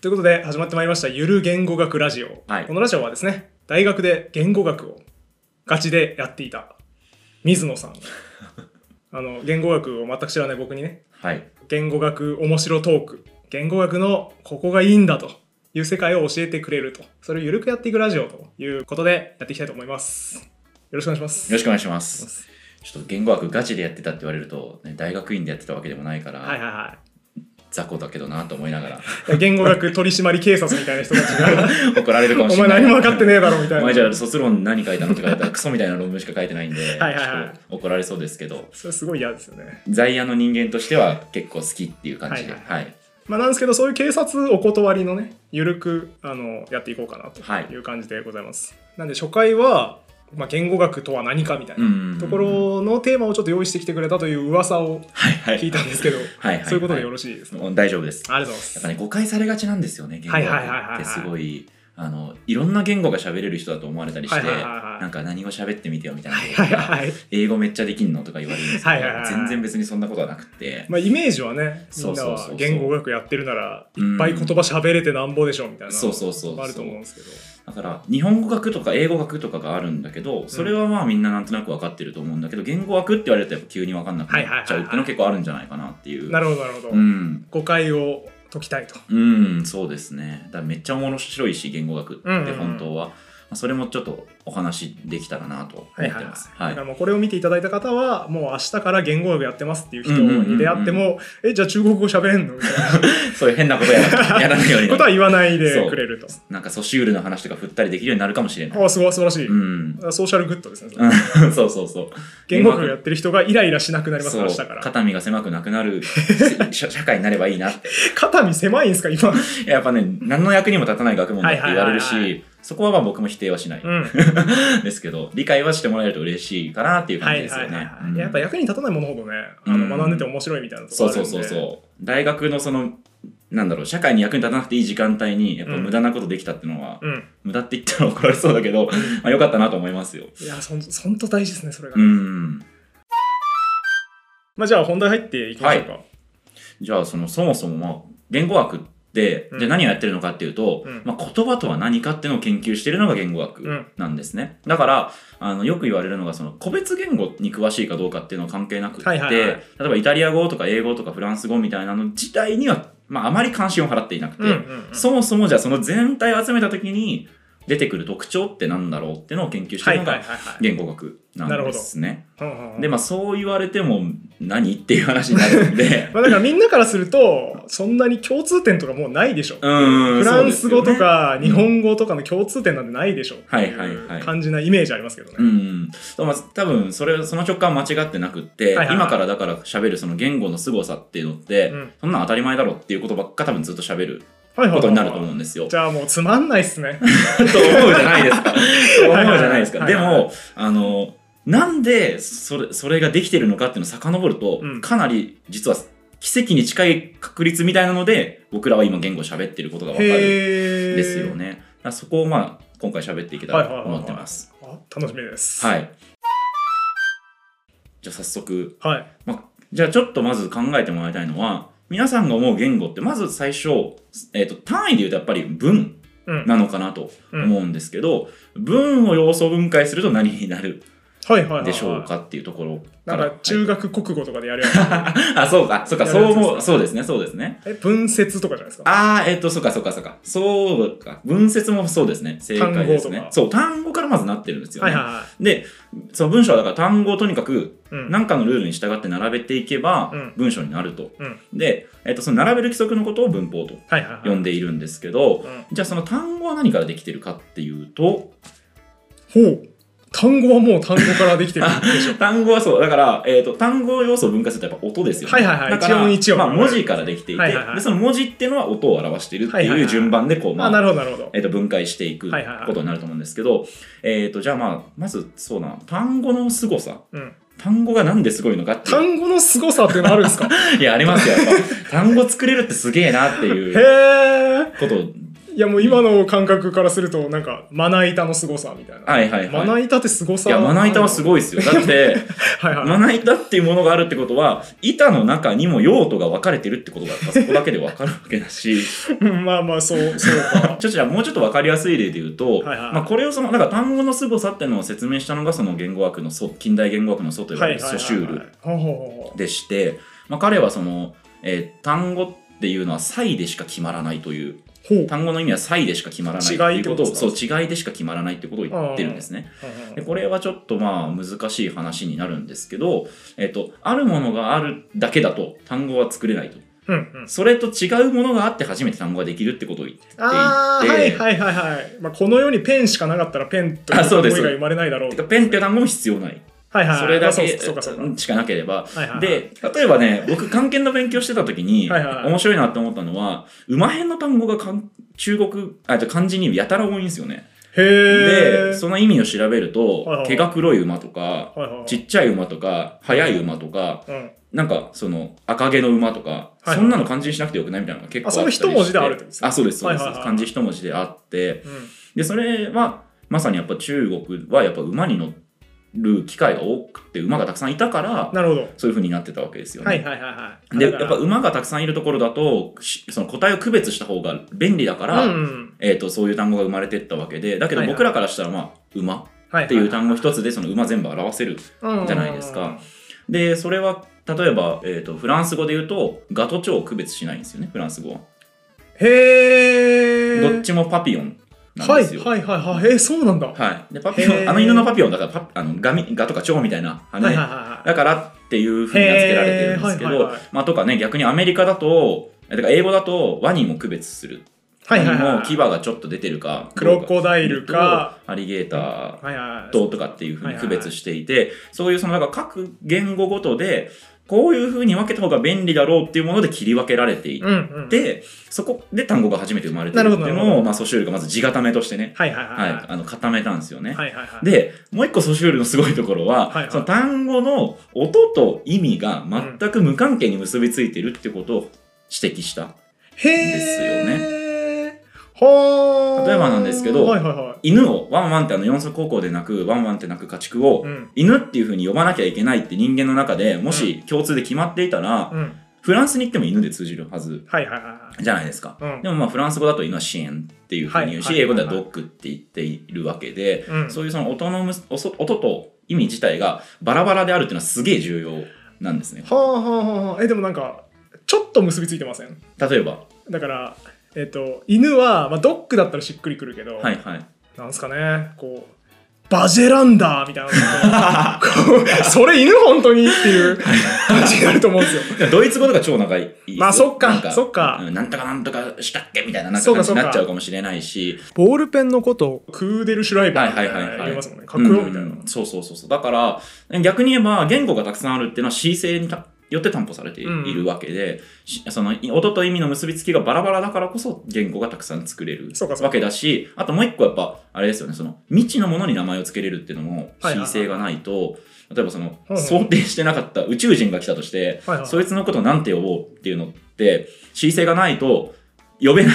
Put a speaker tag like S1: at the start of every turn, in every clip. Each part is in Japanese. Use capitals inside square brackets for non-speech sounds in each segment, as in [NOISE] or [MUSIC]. S1: ということで始まってまいりました「ゆる言語学ラジオ」
S2: はい
S1: このラジオはですね大学で言語学をガチでやっていた水野さん
S2: [LAUGHS]
S1: あの言語学を全く知らない僕にね
S2: はい。
S1: 言語学面白トーク言語学のここがいいんだという世界を教えてくれるとそれをゆるくやっていくラジオということでやっていきたいと思いますよろしくお願いします
S2: よろしくお願いします。ちょっと言語学ガチでやってたって言われると、ね、大学院でやってたわけでもないから、
S1: はいはいは
S2: 雑魚だけどなと思いながら [LAUGHS]
S1: い言語学取締警察みたいな人たちが
S2: 怒られ [LAUGHS] るかも
S1: お
S2: し
S1: 前
S2: れない。
S1: 何も分かってねえだろみた
S2: お
S1: いな
S2: 前じゃあ卒論何書いたのって書いたらクソみたいな論文しか書いてないんで
S1: はいはいはい
S2: ちょっと怒られそうですけど
S1: それすごい嫌ですよね
S2: 在野の人間としては結構好きっていう感じで
S1: は
S2: はいい、
S1: はまあ、なんですけどそういう警察お断りのね緩くあのやっていこうかな
S2: はい
S1: という感じでございます、なんで初回は、まあ、言語学とは何かみたい
S2: うん
S1: な
S2: うんうん
S1: ところのテーマをちょっと用意してきてくれたという噂を
S2: はいはい
S1: 聞いたんですけど
S2: はいはい
S1: そういうことでよろしいですね、
S2: もう大丈夫です
S1: ありがとうございます
S2: やっぱね誤解されがちなんですよね言語
S1: はいはいはいはいは
S2: 学
S1: い
S2: ってすごいあのいろんな言語が喋れる人だと思われたりして、
S1: はいはいはいはい
S2: なんか何語喋ってみてよみたいなこと
S1: はい
S2: とか
S1: はいはい
S2: 英語めっちゃできんのとか言われるんですけど、
S1: はいはいはい
S2: 全然別にそんなことはなくて、
S1: まあ、イメージはねみ
S2: そ
S1: ん
S2: う
S1: な
S2: そうそうそう
S1: は言語学やってるならい
S2: うん
S1: っぱい言葉喋れてなんぼでしょみたいな
S2: そうそうそうそう
S1: あると思うんですけど
S2: だから日本語学とか英語学とかがあるんだけどそれはまあみんななんとなく分かってると思うんだけど言語学って言われるとやっぱ急に分かんなくなっちゃうっていうの結構あるんじゃないかなっていう。
S1: なるほどなるほど、
S2: うん
S1: 誤解を解きたいと
S2: うん、そうですね。だからめっちゃ面白いし、言語学って
S1: うんうんうん
S2: 本当は、まあそれもちょっとお話できたらなと思ってます。
S1: は
S2: は
S1: だ
S2: いい
S1: から。もうこれを見ていただいた方はもう明日から言語学やってますっていう人
S2: うんうんうんう
S1: に
S2: ん
S1: 出会っても、えじゃあ中国語喋れんのみたい
S2: そういう変なことやらやらないように
S1: なことは言わないでくれると
S2: なんかソシュールの話とか振ったりできるようになるかもしれない。
S1: ああすごい素晴らしい、
S2: うん。 [LAUGHS]
S1: ソーシャルグッドですね、
S2: うんそうそうそう。
S1: 言語学やってる人がイライラしなくなりますから明日
S2: そ
S1: か
S2: う
S1: ら
S2: 肩身が狭くなくなる [LAUGHS] 社社会になればいいなって
S1: 肩身狭いんですか今、
S2: [LAUGHS]
S1: う
S2: いややっぱね何の役にも立たない学問だって言われる
S1: はいはいはい
S2: しそこはまあ僕も否定はしない、
S1: ん、
S2: ですけど理解はしてもらえると嬉しいかなっていう
S1: は
S2: 感じ
S1: い
S2: です
S1: はいは
S2: よ
S1: いはい
S2: ね、うん
S1: やっぱ役に立たないものほどねあの
S2: うん
S1: 学んでて面白いみたいなとこ
S2: そ
S1: ろ
S2: う
S1: ある
S2: そ
S1: ん
S2: う
S1: で
S2: そうそう大学のそのなんだろう社会に役に立たなくていい時間帯にやっぱ無駄なことできたっていうのは、
S1: うん
S2: 無駄って言ったら怒られそうだけど、まあ、よかったなと思いますよ
S1: いやそんそんと大事ですねそれが、
S2: うん
S1: まあ、じゃあ本題入っていきましょうか、
S2: じゃあそのそもそもまあ言語学って
S1: うん
S2: じゃあ何をやってるのかっていうと、
S1: うん
S2: まあ、言葉とは何かっていうのを研究してるのが言語
S1: うん
S2: 学なんですね、だからあのよく言われるのがその個別言語に詳しいかどうかっていうのは関係なくって、
S1: はいはいはい
S2: 例えばイタリア語とか英語とかフランス語みたいなの自体には、まあ、あまり関心を払っていなくて、
S1: うんうんうん
S2: そもそもじゃあその全体を集めた時に出てくる特徴ってなんだろうっていうのを研究して
S1: はい
S2: る
S1: は
S2: の
S1: いはい
S2: が
S1: はい
S2: 言語学なんですね。
S1: うんうんうん
S2: でまあそう言われても何っていう話になるんで。
S1: まあ、だからみんなからするとそんなに共通点とかもうないでしょ、
S2: うん
S1: フランス語と、か
S2: そうで
S1: 日
S2: すよ
S1: 本
S2: ね
S1: 語とかの共通点なんてないでしょって
S2: はいいはいはいう
S1: 感じなイメージありますけどね、
S2: そうですよねうん、そうまあ多分それその直感は間違ってなくって、
S1: はいはいはい
S2: 今からだから喋るその言語の凄さっていうのって、
S1: うん
S2: そんなん当たり前だろっていうことばっか多分ずっと喋る
S1: はいはいはい
S2: ことになると思うんですよ。
S1: じゃあもうつまんないっすね
S2: と思うじゃないですか。と [LAUGHS] 思うじゃないですか。
S1: はい
S2: で
S1: はいはい
S2: も、あの、なんでそれそれができてるのかっていうのを遡ると、
S1: うん
S2: かなり実は奇跡に近い確率みたいなので、僕らは今言語喋ってることがわかる
S1: へ
S2: ん
S1: え
S2: ですよね。だからそこをまあ、今回喋っていけたらと思ってます。
S1: あ楽しみです、
S2: はいい。じゃあ早速、
S1: はい、
S2: まあ、じゃあちょっとまず考えてもらいたいのは、皆さんが思う言語って、まず最初、えっ、と、単位で言うとやっぱり文
S1: うん、
S2: なのかなと思うんですけど、文を要素分解すると何になる
S1: はいはいはいはい
S2: でしょうかっていうところ
S1: な
S2: か
S1: ん
S2: ら。
S1: か中学国語とかでやるやつ、
S2: はい [LAUGHS] あ、そうか、そうか、
S1: や
S2: そ
S1: るやつで
S2: う
S1: す
S2: 思
S1: か
S2: う、そうですね、そうですね。
S1: え文節とかじゃないですか
S2: あー、えっと、そうか、そうか、そうか、そうか、文節もそうですね、正解です
S1: 単語
S2: ね
S1: と。か
S2: そう、単語からまずなってるんですよ
S1: はい
S2: ね。
S1: はいはい
S2: で、その文章はだから単語をとにかく
S1: うん
S2: 何かのルールに従って並べていけば
S1: うん
S2: 文章になると。
S1: うん
S2: で、えっと、その並べる規則のことを文法と
S1: はいはいはい
S2: 呼んでいるんですけど、
S1: うん
S2: じゃあその単語は何からできてるかっていうと、
S1: ほう単語はもう単語からできてるで
S2: [LAUGHS]
S1: しょ
S2: 単語はそうだから、えー、と単語要素を分解するとやっぱ音ですよね
S1: はいはいはい
S2: だから
S1: 一音一音
S2: まあ、文字からできていて、
S1: はいはいはい
S2: でその文字っていうのは音を表しているって
S1: はいはい
S2: い
S1: は
S2: う
S1: い
S2: 順番でこう、
S1: あ
S2: まあ
S1: なるほどなるほど
S2: えー、と分解していく
S1: はいはいはい
S2: ことになると思うんですけど、えー、とじゃあ、まあ、まずそうだな単語の凄さ
S1: うん
S2: 単語がなんですごいのかっていう
S1: 単語の凄さっていうのあるんですか
S2: いやありますよやっぱ単語作れるってすげえなっていう
S1: へえ
S2: こと
S1: いやもう今の感覚からするとなんかまな板の凄さみたいな、
S2: はいはいはい
S1: まな板って凄
S2: い
S1: さ
S2: やまな板はす
S1: い
S2: ごいですよだって
S1: [LAUGHS] はいはい、
S2: まな板っていうものがあるってことは板の中にも用途が分かれてるってことがやっぱそこだけで分かるわけだし [LAUGHS]
S1: うんまあまあそうそうか
S2: ちょっとじゃあもうちょっと分かりやすい例で言うと、
S1: はいはい
S2: まあ、これをそのなんか単語の凄さっていうのを説明したのがその言語学の祖近代言語学の祖と呼ばれるソシュール
S1: ほうほうほう
S2: でして、まあ、彼はその、えー単語っていうのは差異でしか決まらないという
S1: ほう
S2: 単語の意味は差異でしか決まらないっていうこと
S1: 違いってこ
S2: を
S1: とですか
S2: そう違いでしか決まらないってことを言ってるんですね。でこれはちょっとまあ難しい話になるんですけど、えっと、あるものがあるだけだと単語は作れないと
S1: うんうん
S2: それと違うものがあって初めて単語ができるってことを言っていて
S1: あーはいはいはいはい、まあ、この世にペンしかなかったらペンという
S2: あそう
S1: 思
S2: で
S1: い
S2: す
S1: が生まれないだろう
S2: てかペンっていう単語も必要ない
S1: はいはいはい
S2: それ
S1: ま
S2: だ
S1: あそう
S2: け
S1: かそうかそうか
S2: しかなければ
S1: はいはいはい
S2: で例えばね僕漢検の勉強してた時に
S1: はいはいはい
S2: 面白いなって思ったのは馬編の単語が漢中国あじゃあ漢字にやたら多いんですよね
S1: へえ
S2: でその意味を調べると
S1: はいはい
S2: 毛が黒い馬とか
S1: はいはい
S2: ちっちゃい馬とか速い馬とか
S1: うん、
S2: なんかその赤毛の馬とか、
S1: はい
S2: そんなの漢字にしなくてよくないみたいなのが結構
S1: あそれ
S2: ったりして
S1: 一文字であるってことですか
S2: あそうですそうです、
S1: はいはいはい
S2: 漢字一文字であって
S1: うん
S2: でそれはまさにやっぱ中国はやっぱ馬に乗る機会が多くて馬がたくさんいたから
S1: なるほど
S2: そういうふうになってたわけですよね、
S1: はいはいはいはい
S2: で
S1: あ
S2: や
S1: だ
S2: っ
S1: から
S2: ぱ馬がたくさんいるところだとしその個体を区別した方が便利だから、
S1: うんうん
S2: えー、とそういう単語が生まれてったわけでだけど
S1: はいはい
S2: 僕らからしたらまあ馬
S1: はい
S2: っていう単語一つでその馬全部表せる
S1: 語
S2: じゃないですかでそれは例えば、えー、とフランス語で言うとガとチョウを区別しないんですよねフランス語は、
S1: へえ
S2: どっちもパピオンなん
S1: は
S2: で
S1: い
S2: すよ
S1: はいはいはいへえそうなんだはい
S2: はいでパピオ
S1: へ
S2: ン
S1: ー
S2: あの犬のパピオンだからパあのガミガとかチョウみたいな羽、
S1: はいはいはい
S2: だからっていうふうに名付けられてるんですけど、
S1: へーはいはいはい
S2: まあ、とかね逆にアメリカだとだから英語だとワニも区別する、
S1: はいはい
S2: ワニ
S1: はい
S2: も牙がちょっと出てるか
S1: クロコダイルか
S2: アリゲーター
S1: はいはい
S2: ととかっていうふうに区別していて、そういうそのなんか各言語ごとでこういうふうに分けた方が便利だろうっていうもので切り分けられていて、
S1: うんうん
S2: そこで単語が初めて生まれてるっていう
S1: なるほどなる
S2: のを、まあ、ソシュールがまず字固めとしてね、
S1: はいはいは
S2: はいい
S1: は
S2: あの固めたんですよね。
S1: いはいはいはい
S2: でもう一個ソシュールのすごいところは、
S1: はいはい
S2: その単語の音と意味が全く無関係に結びついてるってことを指摘した。
S1: へ
S2: ですよ
S1: えはあ
S2: 例えばなんですけど
S1: はいはいはい
S2: 犬をワンワンってあの四足高校で鳴くワンワンって鳴く家畜を、
S1: うん
S2: 犬っていう風に呼ばなきゃいけないって人間の中でもし共通で決まっていたら、
S1: うん
S2: フランスに行っても犬で通じるはず
S1: はいはいはい
S2: じゃないですか、
S1: うん
S2: でもまあフランス語だと犬はシエンっていう風に言うし、
S1: はいはいはいはい
S2: 英語ではドッグって言っているわけで、
S1: うん
S2: そういうその音のむす音音と意味自体がバラバラであるっていうのはすげえ重要なんですね
S1: はあはあはあえでもなんかちょっと結びついてません
S2: 例えば
S1: だからえっと犬はまあドッグだったらしっくりくるけど
S2: はいはい
S1: なんすかねこうバジェランダーみたいなこうそれ犬本当にっていう感じになると思うんですよ。
S2: ドイツ語とか超長いですよ
S1: まあそっか
S2: なん
S1: そっか
S2: うんなんとかなんとかしたっけみたいななん
S1: そ
S2: か
S1: うか
S2: 感じ
S1: そう
S2: に
S1: か
S2: なっちゃうかもしれないし
S1: ボールペンのことをクーデルシュライバーみたい
S2: はいはい
S1: な
S2: は
S1: の
S2: いはい
S1: 言いますもんね。かっこよみたいな。
S2: うんそうそうそうそうだから逆に言えば言語がたくさんあるっていうのは恣性にたよって担保されてい
S1: うん
S2: いるわけで、しそのい音と意味の結びつきがバラバラだからこそ言語がたくさん作れる
S1: そうかそうか
S2: わけだしあともう一個やっぱあれですよねその未知のものに名前を付けれるっていうのも
S1: はいはいはい
S2: 恣性がないと、例えばその、
S1: うんうん
S2: 想定してなかった宇宙人が来たとして、
S1: はいはい
S2: そいつのことをなんて呼ぼうっていうのって恣性がないと呼べない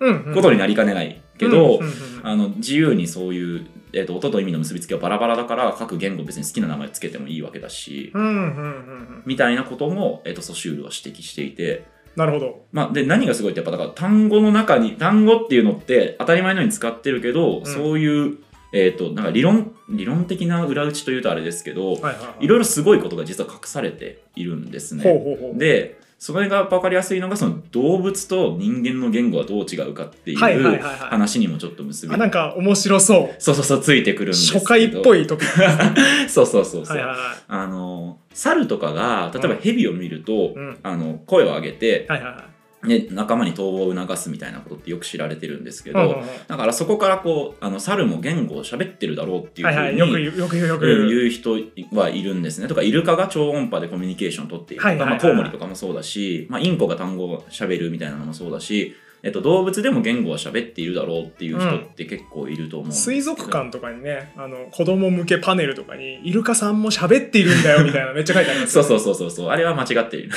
S1: うんうん
S2: ことになりかねないけど、
S1: うんうんうん
S2: あの自由にそういう、えー、と音と意味の結びつきはバラバラだから各言語別に好きな名前つけてもいいわけだし、
S1: うんうんうんうん
S2: みたいなことも、えー、とソシュールは指摘していて、
S1: なるほど。
S2: まあ、で何がすごいってやっぱだから単語の中に単語っていうのって当たり前のように使ってるけど、
S1: ん
S2: そういう、えー、となんか理論理論的な裏打ちというとあれですけど、
S1: はいはいはい
S2: いろいろすごいことが実は隠されているんですね。
S1: ほうほうほう。
S2: でそれが分かりやすいのがその動物と人間の言語はどう違うかってい
S1: はいはいはいは
S2: う
S1: い
S2: 話にもちょっと結び
S1: あなんか面白そう。
S2: そうそうそうついてくるんですけど
S1: 初回っぽ
S2: い
S1: いトピック。
S2: そうそうそうそう、
S1: はいはいは
S2: あの猿とかが例えば
S1: うん
S2: 蛇を見ると、
S1: うん
S2: あの声を上げて
S1: い。、はいはいはい。
S2: ね、仲間に逃亡を促すみたいなことってよく知られてるんですけど、
S1: うんうんうん
S2: だからそこからこうあの猿も言語を喋ってるだろうっていうふ
S1: は
S2: う
S1: い
S2: に、
S1: はい。よく言う、よく言う、よく
S2: うん
S1: 言う。
S2: 言う人はいるんですねとかイルカが超音波でコミュニケーション取っていると
S1: はい
S2: か
S1: はいはい
S2: まあコウモリとかもそうだし、まあ、インコが単語をしゃべるみたいなのもそうだしえっと、動物でも言語は喋っているだろうっていう人って結構いると思うんですけど
S1: 水族館とかにねあの子供向けパネルとかにイルカさんも喋っているんだよみたいなめっちゃ書いてあります
S2: そ
S1: よ
S2: うそうそうそうそうあれは間違っている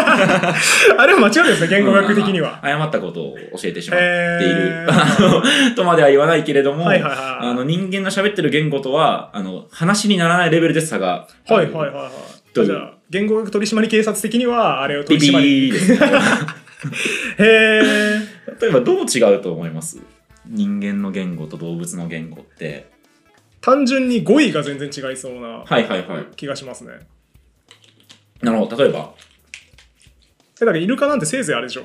S1: あれは間違いですね言語学的には、
S2: うん誤ったことを教えてしまっている、 [LAUGHS] あのとまでは言わないけれども、
S1: はいはいはい
S2: あの人間の喋ってる言語とはあの話にならないレベルで差があ
S1: はい
S2: る
S1: はいはいはい
S2: という
S1: じゃあ言語学取締警察的にはあれを
S2: ビ
S1: 取り締まり
S2: ビーですね
S1: へえ
S2: [LAUGHS] 例えばどう違うと思います人間の言語と動物の言語って
S1: 単純に語彙が全然違いそうな
S2: はいはいはい
S1: 気がしますね、
S2: なるほど例えば
S1: えだからイルカなんてせいぜいあれでしょ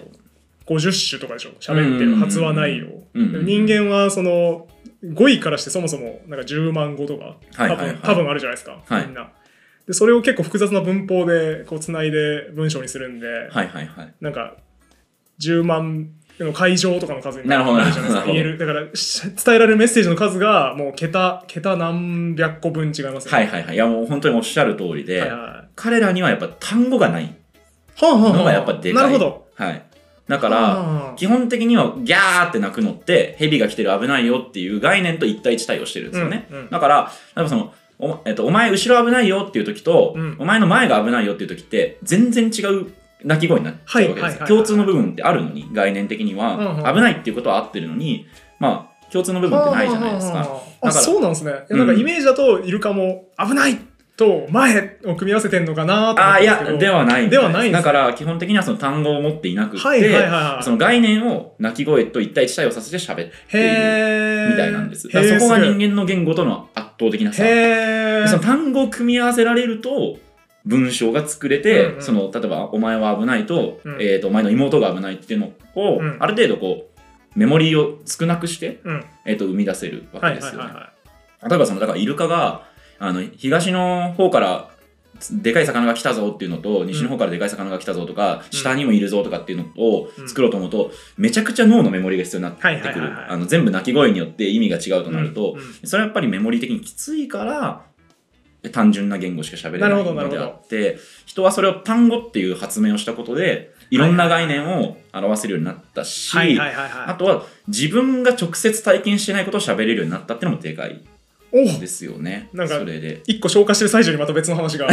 S1: 50種とかでしょ喋ってるはずはないよ、
S2: うんうんうん
S1: でも人間はその5位からしてそもそもなんか10万語とか多
S2: はい
S1: 分,、
S2: はいはい
S1: 多分あるじゃないですか、
S2: はい
S1: みんなでそれを結構複雑な文法でこうつないで文章にするんで、
S2: はいはいはい
S1: なんか10万の会場とかの数に
S2: なるほど
S1: るじゃないです
S2: なる
S1: か
S2: ほど
S1: 言えるだからし伝えられるメッセージの数がもう桁桁何百個分違いますよ
S2: は
S1: ね
S2: いはいはいいやもう本当におっしゃる通りで、
S1: はいは
S2: 彼らにはやっぱ単語がない
S1: いはんはんはん
S2: のがやっぱでかい
S1: なるほど
S2: はいだか
S1: う
S2: ら
S1: んうんうん
S2: 基本的にはギャーって鳴くのってヘビが来てる危ないよっていう概念と一対一対応してるんですよね、
S1: うんうん
S2: だから例えばそのお,、えっとお前後ろ危ないよっていう時と、
S1: うん
S2: お前の前が危ないよっていう時って全然違う鳴き声になっちゃうわけです、
S1: はいはいはい
S2: 共通の部分ってあるのに概念的には、
S1: うんうん
S2: 危ないっていうことは合ってるのにまあ共通の部分ってないじゃないです
S1: はあ
S2: か
S1: はあはあ
S2: だ
S1: あ、
S2: から
S1: そうなんですね。いや
S2: うん
S1: なんかイメージだと、イルカも危ないと前を組み合わせてんのかなと思っ
S2: あ
S1: た
S2: あ
S1: ん
S2: い
S1: ですけ
S2: や
S1: ど。
S2: ではないみた
S1: ではないんです
S2: だ
S1: ね
S2: から基本的にはその単語を持っていなくて、
S1: はいはいはいはい
S2: その概念を鳴き声と一対一対応させて喋っている
S1: へー
S2: みたいなんです
S1: へ
S2: だか
S1: ー
S2: らそこが人
S1: す
S2: 間の言語との圧倒的な差
S1: ごいへ
S2: でその
S1: ー
S2: 単語を組み合わせられると文章が作れて、
S1: うんうん
S2: その例えば「お前は危ないと」
S1: うん
S2: えーと「お前の妹が危ない」っていうのを、
S1: うん
S2: ある程度こうメモリーを少なくして、
S1: うん
S2: えー、と生み出せるわ
S1: は
S2: け
S1: い
S2: で
S1: は
S2: す
S1: い
S2: よね。
S1: はいは
S2: 例えばそのだからイルカがあの東の方からでかい魚が来たぞっていうのと西の方からでかい魚が来たぞとか、
S1: うん
S2: 下にもいるぞとかっていうのを
S1: うん
S2: 作ろうと思うと、めちゃくちゃ脳のメモリが必要になってくる、
S1: はいはいはいはい
S2: あの全部鳴き声によって意味が違う
S1: い。
S2: となると
S1: う、んうん
S2: それはやっぱりメモリ的にきついから単純な言語しか喋れな
S1: ないるほど
S2: ので
S1: な
S2: あ
S1: るほ
S2: って人はそれを単語っていう発明をしたことでいろんな概念を表せるようになったし、
S1: はいはいはい
S2: あ
S1: は
S2: とは自分が直接体験してないことを喋れるようになったってのもでかい
S1: い。お
S2: ですよね。
S1: なんか
S2: それで
S1: 一個消化してる最中にまた別の話が。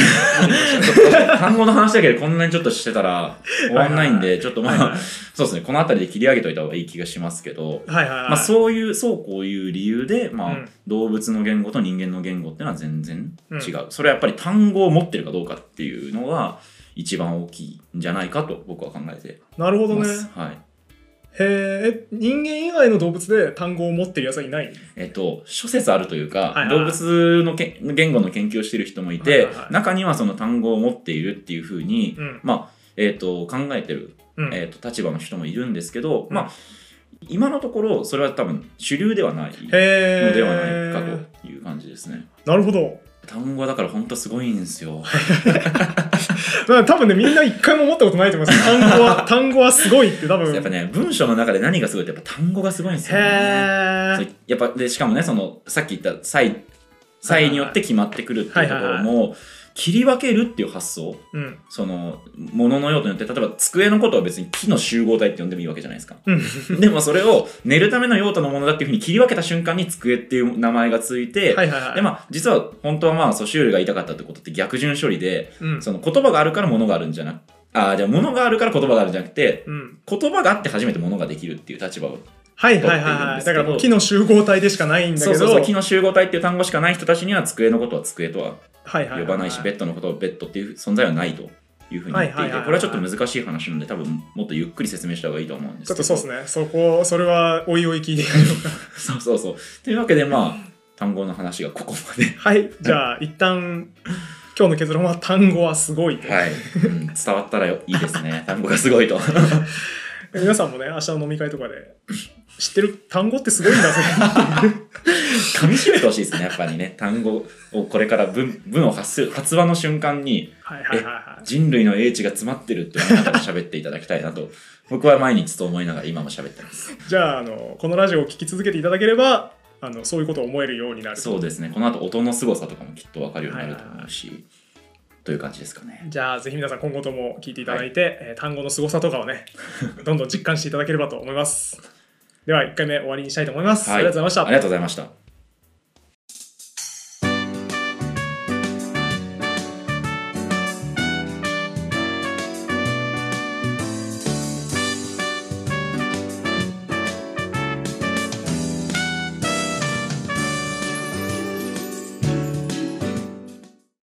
S2: 単語の話だけでこんなにちょっとしてたら終わんないんで、ちょっ [LAUGHS] とま
S1: はいは
S2: あ
S1: い、
S2: そうですね、この辺りで切り上げといた方がいい気がしますけど、
S1: はいはいはい。
S2: まあそういう、そうこういう理由で、まあ
S1: うん
S2: 動物の言語と人間の言語ってのは全然違う。
S1: う
S2: それはやっぱり単語を持ってるかどうかっていうのが一番大きいんじゃないかと僕は考えて
S1: なるほど
S2: ま
S1: ね。
S2: す。はい。
S1: へーえ、人間以外の動物で単語を持ってるやつはいない
S2: えっと、諸説あるという
S1: は
S2: か、
S1: いはい
S2: 動物のけ言語の研究をしている人もいて、
S1: はいはいはい
S2: 中にはその単語を持っているっていうふうに、
S1: うん
S2: まあえっと考えてる、
S1: うん。
S2: えっと立場の人もいるんですけど、
S1: うん
S2: まあ、今のところそれは多分主流ではないの
S1: へー
S2: ではないかという感じですね。
S1: なるほど。
S2: 単語はだから本当すごいんですよ。
S1: まあ多分ね、みんな一回も思ったことないと思います。単語
S2: [LAUGHS]
S1: は、単語はすごいって多分。
S2: やっぱね文章の中で何がすごいってやっぱ単語がすごいんですよね。
S1: へ
S2: そう
S1: ー
S2: やっぱでしかもねそのさっき言った際際によって決まってくるっていうところ
S1: は
S2: も切り分けるっていう発想
S1: うん。
S2: その物の用途によって例えば机のことは別に木の集合体って呼んでもいいわけじゃないですか
S1: うん。 [LAUGHS]
S2: でもそれを寝るための用途のものだっていうふうに切り分けた瞬間に机っていう名前がついて、
S1: はいはいはい。
S2: でまあ実は本当はまあソシュールが言いたかったってことって逆順処理で
S1: うん。
S2: その言葉があるから物があるんじゃなくあーじゃあ物があるから言葉があるんじゃなくて
S1: うん。
S2: 言葉があって初めて物ができるっていう立場を
S1: はいはい
S2: 取って
S1: はい
S2: るん
S1: は
S2: で
S1: い。
S2: すけ
S1: だ
S2: ど
S1: からもう木の集合体でしかないんだけ
S2: そ
S1: ど。
S2: うそうそう木の集合体っていう単語しかない人たちには机のことは机とは
S1: はいはいは
S2: 呼
S1: い。
S2: ばないし、ベッドのことをベッドっていう存在はないというふうに言っていて、
S1: はいはいはいはい
S2: これはちょっと難しい話なので、多分もっとゆっくり説明した方がいいと思うんです
S1: ちょ
S2: け
S1: っ
S2: ど。
S1: とそうですね。そこ、それはおいおい聞いてみま
S2: [LAUGHS]
S1: しょうか。
S2: そうそうそうというわけで、まあ、単語の話がここまで。
S1: はい。じゃあ、一旦、今日の結論は単語はすごい。
S2: はい、うん伝わったらいいですね。 [LAUGHS] 単語がすご
S1: [LAUGHS]
S2: いと。
S1: 皆さんもね、明日の飲み会とかで、知ってる単語ってすごいんだ
S2: [LAUGHS]
S1: ぜっていう。
S2: 噛み締めてほしいですね、やっぱりね。単語をこれから文文を発する、発話の瞬間に
S1: はいはいはいはい。
S2: 人類の英知が詰まってるって思いながら喋っていただきたいなと、 [LAUGHS] 僕は毎日と思いながら今も喋ってます。
S1: じゃああのこのラジオを聞き続けていただければあのそういうことを思えるようになる
S2: そうですね、この後音の凄さとかもきっとわかるようになると思うし、という感じですかね。
S1: じゃあぜひ皆さん今後とも聞いていただいて、えー単語の凄さとかを [LAUGHS] ねどんどん実感していただければと思いますでは1回目終わりにしたいと思います、
S2: は
S1: あ
S2: い
S1: りがとうございました
S2: ありがとうございました。